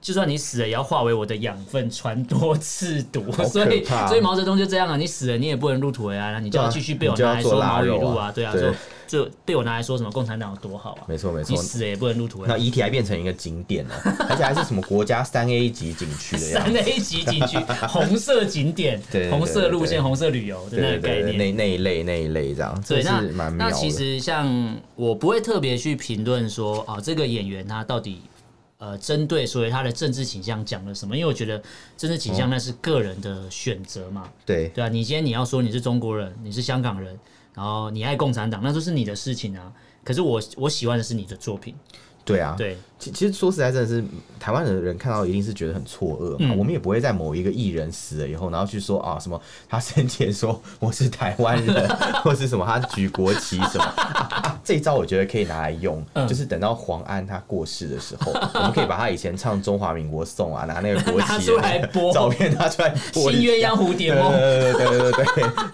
A: 就算你死了，也要化为我的养分，传播制毒。
B: 好可怕
A: 所以，所以毛泽东就这样啊，你死了，你也不能入土为安啊，你就要
B: 对啊
A: 继续被我
B: 你就要
A: 拿来说
B: 做腊
A: 毛语
B: 肉
A: 录
B: 啊
A: 啊，对啊，
B: 对
A: 说就被我拿来说什么共产党有多好啊，
B: 没错没错
A: 你，死了也不能入土为
B: 那
A: 安。
B: 遗体还变成一个景点哦， [laughs] 而且还是什么国家三 A 级景区的样
A: 三
B: 子。
A: A 级景区，红色景点
B: [laughs] 对对，对
A: 红色路线，
B: 对
A: 红色旅游的那
B: 对
A: 个概
B: 对
A: 念。
B: 对，那那一类那一类这样，
A: 对，
B: 这
A: 那
B: 是蛮妙
A: 那其
B: 的。
A: 实像我不会特别去评论说啊，这个演员他到底呃针对所谓他的政治倾向讲了什么，因为我觉得政治倾向
B: 嗯
A: 那是个人的选择嘛，
B: 对，
A: 对啊，你今天你要说你是中国人，你是香港人，然后你爱共产党，那都是你的事情啊。可是我我喜欢的是你的作品，
B: 对啊，
A: 对
B: 其其实说实在，真的是台湾的人看到一定是觉得很错愕
A: 嗯
B: 嘛。我们也不会在某一个艺人死了以后，然后去说啊什么
A: [laughs]
B: 他生前说我是台湾人，或是什么他举国旗什么、啊啊 [laughs] 这一招我觉得可以拿来用，
A: 嗯
B: 就是等到黄安他过世的时候，我们可以把他以前唱《中华民国颂》啊，拿那个
A: [laughs]
B: 国
A: 拿
B: 旗
A: 出
B: 的
A: 来
B: 那个
A: 播
B: [laughs] 照片拿出来播一下，
A: 新鸳鸯蝴蝶梦。
B: [laughs] 对对对对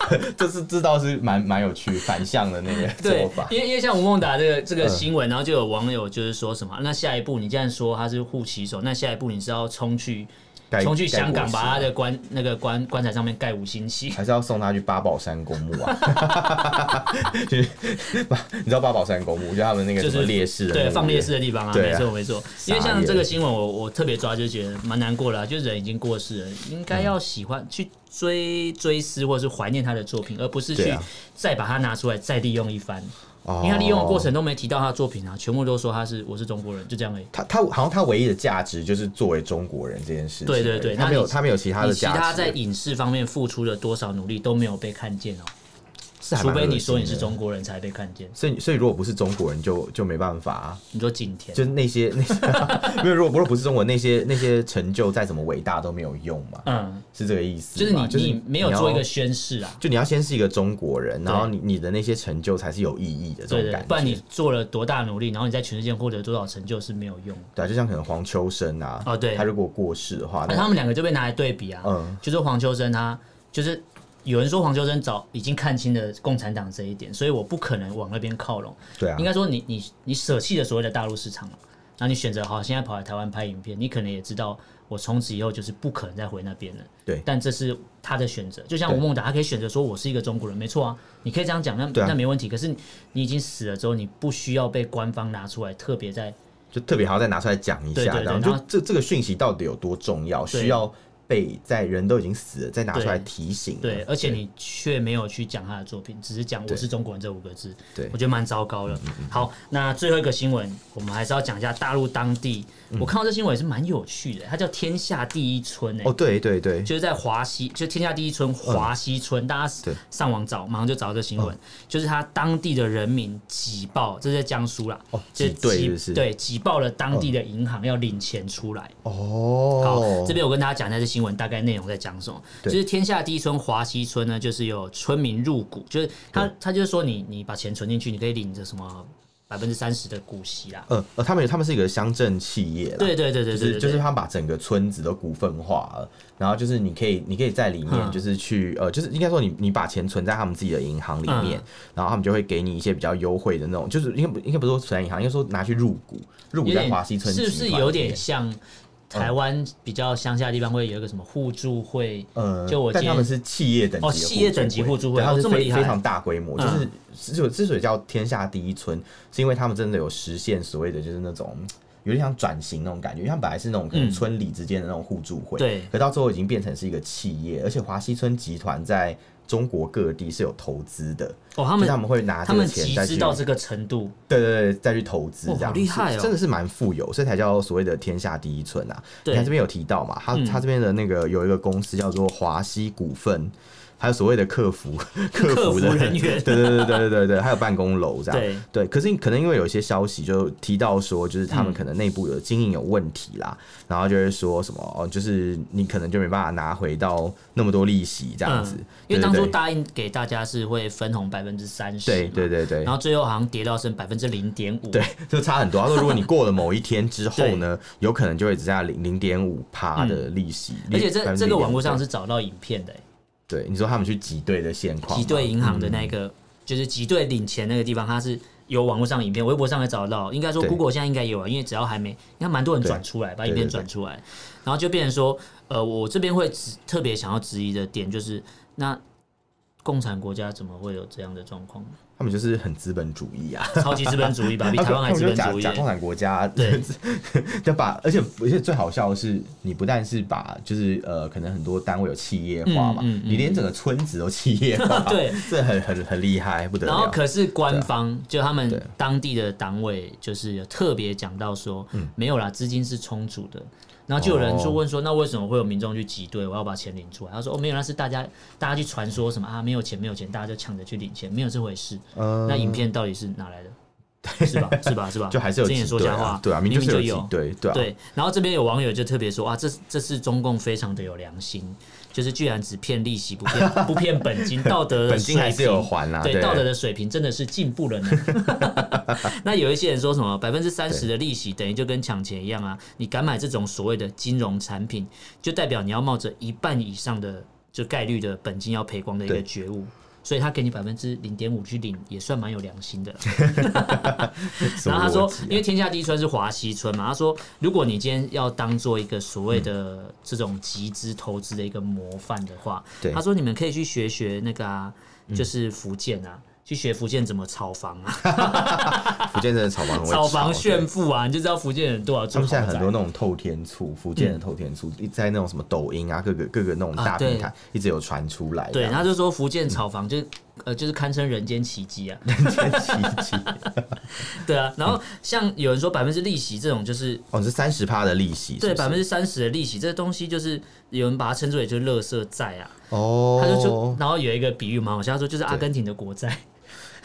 B: 对对，这是这倒是蛮蛮有趣反向的那个
A: 对
B: 做法，。
A: 因为因为像吴孟达这
B: 嗯
A: 个这个新闻，然后就有网友就是说什么，那下一步你既然说他是护旗手，那下一步你是要冲去
B: 哎盖
A: 冲去香港
B: 盖国旗
A: 把他的棺那个棺棺材上面盖五星旗？
B: 还是要送他去八宝山公墓啊，就是八，你知道八宝山公墓，就他们那个
A: 就是
B: 什么烈士的
A: 对
B: 那个
A: 放烈士的地方啊，
B: 对
A: 没
B: 啊
A: 错没错。因为
B: 傻
A: 像
B: 眼
A: 这个新闻，我我特别抓就觉得蛮难过的、啊，就人已经过世了，应
B: 嗯
A: 该要喜欢去追追思或者是怀念他的作品，而不是
B: 对
A: 去
B: 啊
A: 再把它拿出来再利用一番。
B: 哦
A: 因为他利用的过程都没提到他的作品啊，全部都说他是我是中国人，就这样而已。
B: 他他好像他唯一的价值就是作为中国人这件事情而已，
A: 对对对
B: 他
A: 那
B: 没有
A: 你
B: 他没有其他
A: 你
B: 的
A: 其
B: 价值，
A: 他在影视方面付出了多少努力都没有被看见哦，
B: 是还
A: 除
B: 蛮
A: 非你
B: 恶
A: 说你
B: 心
A: 是
B: 的，
A: 中国人才被看见。
B: 所以所以如果不是中国人就就没办法、啊，
A: 你说景甜
B: 就，是那些那些没有如果如果不是中国那些那些成就再怎么伟大都没有用嘛，
A: 嗯，
B: 是这个意思
A: 就
B: 嘛，
A: 是
B: 就是
A: 你你没有做一
B: 要
A: 个宣誓啊，
B: 就你要先是一个中国人，然
A: 对
B: 后你你的那些成就才是有意义的这
A: 对
B: 种
A: 对
B: 感
A: 对
B: 觉，，
A: 不然你做了多大努力，然后你在全世界获得多少成就是没有用的。
B: 对啊，就像可能黄秋生啊，
A: 哦对
B: 他如果过世的话，
A: 那
B: 那
A: 他们两个就被拿来对比啊，
B: 嗯
A: 就是黄秋生他就是有人说黄秋生早已经看清了共产党这一点，所以我不可能往那边靠拢。
B: 对啊
A: 应，该说你你你舍弃了所谓的大陆市场嘛，然后你选择好现在跑来台湾拍影片，你可能也知道我从此以后就是不可能再回那边了。
B: 对
A: 但这是他的选择，就像吴
B: 对
A: 孟达，他可以选择说我是一个中国人，没错啊，你可以这样讲，那、
B: 对啊
A: 那没问题。可是你你已经死了之后，你不需要被官方拿出来特别在
B: 就特别还要再拿出来讲一
A: 对
B: 下，
A: 对
B: 这样
A: 对
B: 就
A: 然后
B: 这这个讯息到底有多重要，
A: 对
B: 需要被在人都已经死了再拿出来提醒。
A: 对，而且你却没有去讲他的作品，只是讲“我是中国人”这五个字，
B: 对嗯
A: 我觉得蛮糟糕的。好，那最后一个新闻，我们还是要讲一下大陆当地。我看到这新闻也是蛮有趣的，它叫“天下第一村”哎
B: 哦，，对对对，
A: 就是在华西，就天下第一村华西村，大家
B: 嗯对嗯
A: 上网找，马上就找到这新闻，就是他当地的人民挤爆，这是在江苏啦，
B: 哦
A: 就
B: 挤兑是不是
A: 对挤爆了当地的银行，要领钱出来。好，
B: 哦，
A: 这边我跟大家讲一下这新闻大概内容在讲什么。就
B: 对
A: 是天下第一村华西村呢，就是有村民入股，就是他他就是说你你把钱存进去，你可以领着什么百分之三十的股息啦。
B: 呃呃，他们他们是一个乡镇企业啦，
A: 对对对对
B: 就
A: 对
B: 是
A: 对，
B: 就是他们把整个村子都股份化了，然后就是你可以你可以在里面
A: 嗯
B: 就是去、呃，就是应该说你你把钱存在他们自己的银行里
A: 嗯
B: 面，然后他们就会给你一些比较优惠的那种，就是应该不应该不是说存在银行，应该说拿去入股，入股
A: 有
B: 在
A: 点
B: 华西村
A: 是不是
B: 集团
A: 有
B: 里面嗯
A: 点像台湾比较乡下的地方会有一个什么互助会？
B: 呃，
A: 就我
B: 但
A: 今
B: 他
A: 天
B: 们是企业等级
A: 哦
B: 的
A: 企业等级互助会
B: 对他
A: 哦
B: 们是
A: 这么
B: 非
A: 厉害嗯
B: 非常大规模，就是之所以之所以叫天下第一村，是因为他们真的有实现所谓的就是那种。有点像转型那种感觉，因为他们本来是那种可能
A: 嗯
B: 村里之间的那种互助会，
A: 对
B: 可到最后已经变成是一个企业，而且华西村集团在中国各地是有投资的，
A: 哦，他
B: 他
A: 们
B: 他们会拿
A: 他
B: 这个
A: 们
B: 钱
A: 集
B: 再去
A: 资到这个程度，
B: 对对对，再去投资
A: 哇
B: 这样子，
A: 好厉害哦
B: 真的是蛮富有，所以才叫所谓的天下第一村啊。
A: 对
B: 你看这边有提到嘛，他他这边的那个有一个公司叫做华西股份，还有所谓的客服客服的
A: 客服人员
B: 对对对对对对对，还有办公楼这样。
A: 对
B: 对，可是可能因为有一些消息就提到说，就是他们可能内部有经营有问题啦，然后就会说什么哦，就是你可能就没办法拿回到那么多利息这样子，
A: 嗯，因为当初
B: 对对对
A: 答应给大家是会分红百分之三十，
B: 对对对对，
A: 然后最后好像跌到剩百分之零点五，
B: 对，就差很多。他说，如果你过了某一天之后呢，有可能就会只剩下零零点五趴的利息。
A: 而且这
B: 0.5%
A: 这个网络上是找到影片的、欸，
B: 对你说他们去挤兑的现况吗，嗯
A: 挤兑银行的那个，就是挤兑领钱那个地方，它是有网络上影片，微博上也找得到。应该说
B: 对
A: Google 现在应该也有啊，因为只要还没，应该蛮多人转出来，把影片
B: 对对对
A: 转出来，然后就变成说，呃，我这边会指特别想要质疑的点就是，那共产国家怎么会有这样的状况？
B: 他们就是很资本主义啊。
A: 超级资本主义吧，比
B: [laughs] 他
A: 台
B: 们
A: 湾还资
B: 他们就
A: 本
B: 假
A: 主义、
B: 假共产国家，
A: 对，
B: [laughs] 就把而且而且最好笑的是，你不但是把就是呃，可能很多单位有企业化嘛，
A: 嗯嗯嗯，
B: 你连整个村子都企业化
A: [laughs] [laughs] 对，
B: 这很很很厉害，不得
A: 然后
B: 了。
A: 可是官方、就他
B: 对
A: 们当地的党委就是有特别讲到说，
B: 嗯
A: 没有啦，资金是充足
B: 哦
A: 的。然后就有人就问说，那为什么会有民众去挤兑？我要把钱领出来。他说，哦，没有，那是大家大家去传说什么啊，没有钱，没有钱，大家就抢着去领钱，没有这回事。
B: 嗯
A: 那影片到底是哪来的？
B: [laughs]
A: 是吧？是吧？是吧？
B: 就还是有
A: 睁眼
B: 挤
A: 说
B: 兑
A: 瞎
B: 啊
A: 话，，
B: 对啊，
A: 明
B: 明就是
A: 就
B: 有挤兑，对啊，
A: 对，然后这边有网友就特别说啊，这这是中共非常的有良心，就是居然只骗利息不骗
B: [laughs]
A: 不骗本金，道德的
B: 本金
A: 水
B: 还是有
A: 平
B: 还啦
A: 对
B: 对
A: 道德的水平真的是进步了呢。
B: [laughs]
A: 那有一些人说什么百分之三十的利息等于就跟抢钱一样啊，你敢买这种所谓的金融产品，就代表你要冒着一半以上的就概率的本金要赔光的一个
B: 对
A: 觉悟。所以他给你百分之零点五去领，也算蛮有良心的啦。
B: 什么
A: 然后他说
B: 逻辑，啊
A: 因为天下第一村是华西村嘛，他说，如果你今天要当做一个所谓的这种集资投资的一个模范的话，
B: 嗯对嗯
A: 他说你们可以去学学那个啊，就是福建啊，去学福建怎么炒房啊，
B: 福建真的炒房很会
A: 炒房
B: 对
A: 炫富啊，你就知道福建人多少
B: 他
A: 住
B: 们现
A: 豪
B: 在很多
A: 宅。
B: 那种透天醋，福建
A: 嗯
B: 的透天醋，一直在那种什么抖音啊，各个各个那种大平台，一直有传出来。
A: 对，他就说福建炒房就呃
B: 嗯
A: 就是堪称人间奇迹啊，
B: [laughs] 后奇迹
A: 对
B: [laughs]
A: 啊。然后像有人说百分之利息这种就是
B: 哦，你是三十趴的利息，
A: 对
B: 是不
A: 百
B: 是
A: 分之三十的利息，这东西就是有人把它称之为就是垃圾债啊。
B: 哦，
A: 他就说，然后有一个比喻蛮好笑，他说就是阿根廷的国债，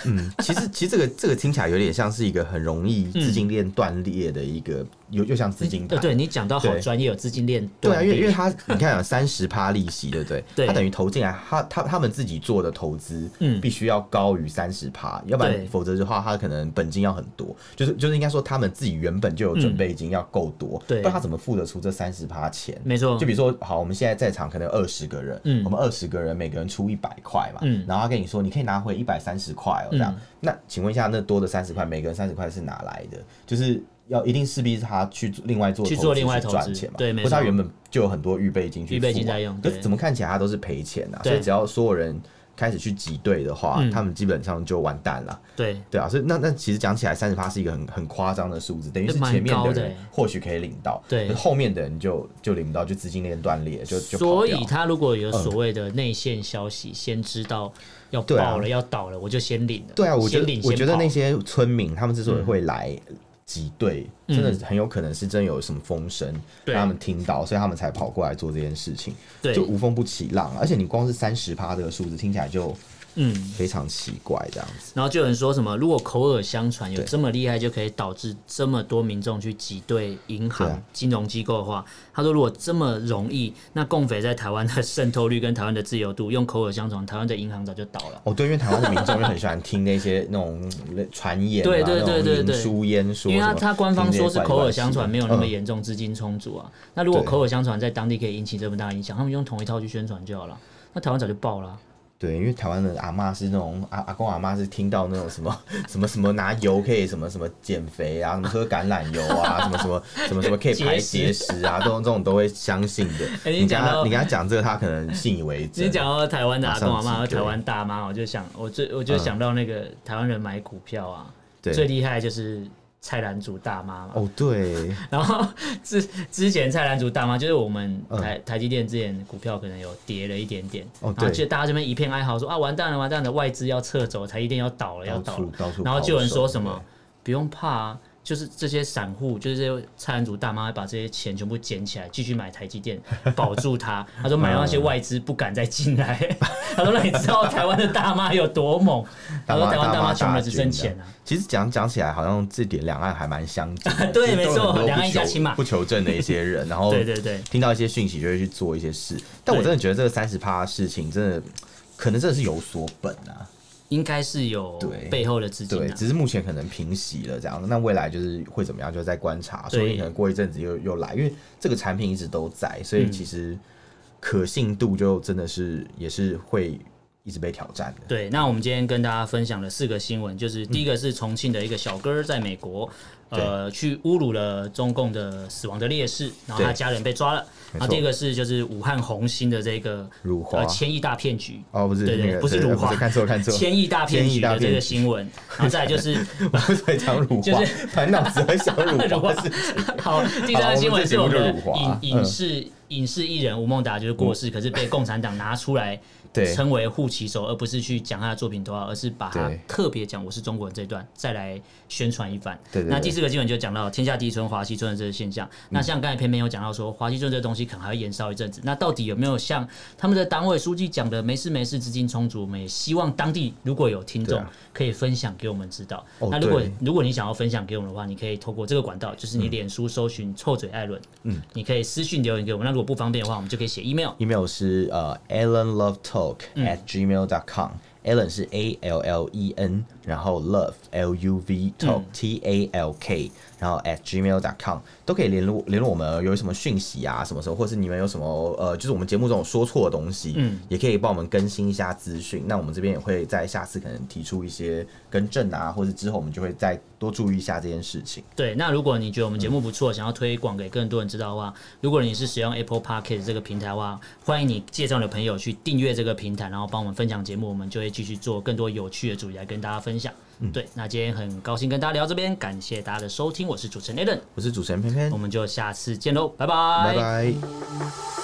B: 嗯，其实其实这个这个听起来有点像是一个很容易资金链断裂的一个，又又像资
A: 嗯
B: 金
A: 呃，
B: 盘。
A: [laughs] 对你讲到好
B: 对
A: 专业，有资金链
B: 对啊，
A: 断
B: 因为因为
A: 裂
B: 他你看有三十趴利息，对不对？
A: 对
B: 他等于投进来，他他他们自己做的投资，
A: 嗯
B: 必须要高于三十趴，要不
A: 对
B: 然否则的话，他可能本金要很多，就是就是应该说他们自己原本就有准备金要够多，
A: 嗯对
B: 不然他怎么付得出这三十趴钱？
A: 没错
B: 就比如说，好，我们现在在场可能二十个人，
A: 嗯
B: 我们二十个人每个人出一百块嘛，
A: 嗯
B: 然后他跟你说你可以拿回一百三十块哦，这样，
A: 嗯
B: 那请问一下，那多的三十块，每个人三十块是哪来的？就是。要一定势必是他去做另外做
A: 去
B: 投
A: 做
B: 资
A: 另外投资
B: 赚钱嘛，
A: 对没
B: 或是他
A: 错
B: 原本就有很多预备金去
A: 预备金
B: 付嘛
A: 在用
B: 可是
A: 对
B: 怎么看起来他都是赔钱啊，所
A: 对
B: 以只要所有人开始去挤兑的话，
A: 嗯
B: 他们基本上就完蛋了，
A: 对
B: 对啊，所以那那其实讲起来三十趴是一个很很夸张的数字，等于
A: 那
B: 是
A: 蛮
B: 前面
A: 高
B: 的
A: 的
B: 人
A: 欸
B: 或许可以领到，
A: 对
B: 可是后面的人就就领不到，就资金链断裂，就就跑
A: 所
B: 掉
A: 以他如果有所谓的内线消息，先知道要
B: 对啊
A: 爆了、要倒了，我就先领了。
B: 对啊，我觉
A: 先
B: 得
A: 领先
B: 我觉得
A: 跑嗯
B: 那些村民他们之所以会来挤兑，真的很有可能是真有什么风声，
A: 对
B: 让他们听到，所以他们才跑过来做这件事情，
A: 对
B: 就无风不起浪啊。而且你光是三十趴这个数字听起来就
A: 嗯，
B: 非常奇怪，这样子。
A: 然后就有人说什么，如果口耳相传有
B: 对
A: 这么厉害，就可以导致这么多民众去挤兑银行、
B: 对啊
A: 金融机构的话，他说如果这么容易，那共匪在台湾的渗透率跟台湾的自由度，用口耳相传，台湾的银行早就倒了。
B: 哦，对，因为台湾的民众又很喜欢听那些那种传言、啊，
A: 对对
B: 那种
A: 对对对
B: 民俗言说
A: 因
B: 什
A: 为
B: 么，
A: 他他官方说是口耳相传，没有那么
B: 嗯
A: 严重，资金充足啊。那如果
B: 对
A: 口耳相传在当地可以引起这么大影响，他们用同一套去宣传就好了，那台湾早就爆了啊、
B: 对，因为台湾的阿嬷是那种阿阿公阿嬷是听到那种什么什么什么拿油可以什么什么减肥啊，什么喝橄榄油啊，什么什么什么什么可以排结石啊，这种这种都会相信的。
A: [laughs] 哎你
B: 你跟
A: 讲
B: 他
A: 到
B: 你跟他讲这个，他可能信以为
A: [laughs] 你
B: 真。
A: 讲到台湾啊的阿公阿
B: 马
A: 妈和
B: 上挤兑
A: 台湾大妈，我就想，我最我就想到那个台湾人买股票啊，
B: 对
A: 最厉害就是蔡澜族大妈嘛。
B: 哦，对，
A: [laughs] 然后之之前蔡澜族大妈就是我们台、台积电之前股票可能有跌了一点点，
B: 嗯哦
A: 然后
B: 对
A: 就大家这边一片哀嚎说啊完蛋了完蛋了，外资要撤走，台积电要倒了要倒了，
B: 到处到处
A: 然后就有人说什
B: 抛
A: 么
B: 售
A: 不用怕啊。就是这些散户，就是这些菜篮族大妈，把这些钱全部捡起来，继续买台积电，保住它。他说买到那
B: 嗯
A: 些外资不敢再进来。 [laughs] 他说那你知道台湾的大妈有多猛？他
B: 大
A: 说
B: 妈
A: 台湾大
B: 大
A: 妈
B: 妈
A: 穷的
B: 大
A: 只
B: 军
A: 剩钱啊。。
B: 其实讲讲起来，好像这点两岸还蛮相近的
A: [laughs] 对
B: 就是
A: 没
B: 都有
A: 错
B: 很多
A: 两岸
B: 不
A: 一家
B: 求
A: 亲嘛
B: 不求证的一些人，然后
A: [laughs] 对对对
B: 听到一些讯息就会去做一些事。但我
A: 对
B: 真的觉得这个三十趴的事情，真的可能真的是有所本啊。
A: 应该是有
B: 对
A: 背后的资金
B: 对，
A: 啊。
B: 只是目前可能平息了这样，那未来就是会怎么样，就在观察，
A: 对
B: 所以可能过一阵子又又来，因为这个产品一直都在，所
A: 嗯
B: 以其实可信度就真的是也是会一直被挑战的。
A: 对，那我们今天跟大家分享了四个新闻，就是第一个是重庆的一个小哥儿在美国，呃，去侮辱了中共的死亡的烈士，然后他
B: 对
A: 家人被抓了。
B: 没
A: 然后第
B: 错
A: 二个是就是武汉红星的这个
B: 辱华
A: 呃千亿大骗局，
B: 哦，不是
A: 对对
B: 那个，
A: 不是
B: 对
A: 辱
B: 不
A: 华，
B: 看错看
A: [laughs]
B: 错，
A: 千亿大骗
B: 千
A: 局
B: 亿大
A: 的这个
B: 骗局
A: 新闻，然后再来就是
B: 我不是在讲辱华， [laughs]
A: 就是
B: 满脑子在想辱
A: [laughs] 辱
B: 华
A: 华
B: 的事情。
A: 好，第三个新闻是我们
B: 好我
A: 的
B: 们这节目就辱华嗯
A: 影影视影视艺人吴孟达就是过世，可是被共产党拿出来
B: 对
A: 称为护旗手，而不是去讲他的作品多好，而是把他
B: 对
A: 特别讲我是中国人这一段再来宣传一番。
B: 对对
A: 那
B: 对嗯
A: 第四个基本就讲到天下第一村华西村的这个现象。那像刚才偏偏有讲到说华西村这东西可能还会延烧一阵子，那到底有没有像他们的党委书记讲的没事没事资金充足？我们也希望当地如果有听
B: 对
A: 众
B: 啊
A: 可以分享给我们知道。
B: 哦
A: 那如果
B: 对
A: 如果你想要分享给我们的话，你可以透过这个管道，就是你脸书搜寻臭嘴艾伦，嗯，你可以私信留言给我们。那如果不方便的话，我们就可以写 email。
B: email 是呃 allenlovetalk at gmail dot com。Allen 是 A L L E N，然后 love L U V talk T A L K，、然后 at gmail dot com 都可以联络联络我们，有什么讯息啊，什么时候，或是你们有什么呃，就是我们节目中有说错的东西，嗯，也可以帮我们更新一下资讯。那我们这边也会在下次可能提出一些更正啊，或者之后我们就会再多注意一下这件事情。
A: 对，那如果你觉得我们节目不错，想要推广给更多人知道的话，如果你是使用 Apple Podcast 这个平台的话，欢迎你介绍你的朋友去订阅这个平台，然后帮我们分享节目，我们就会继续做更多有趣的主题来跟大家分享。对，那今天很高兴跟大家聊到这边，感谢大家的收听，我是主持人 Alan，
B: 我是主持人偏偏
A: 我，们就下次见喽，拜
B: 拜拜。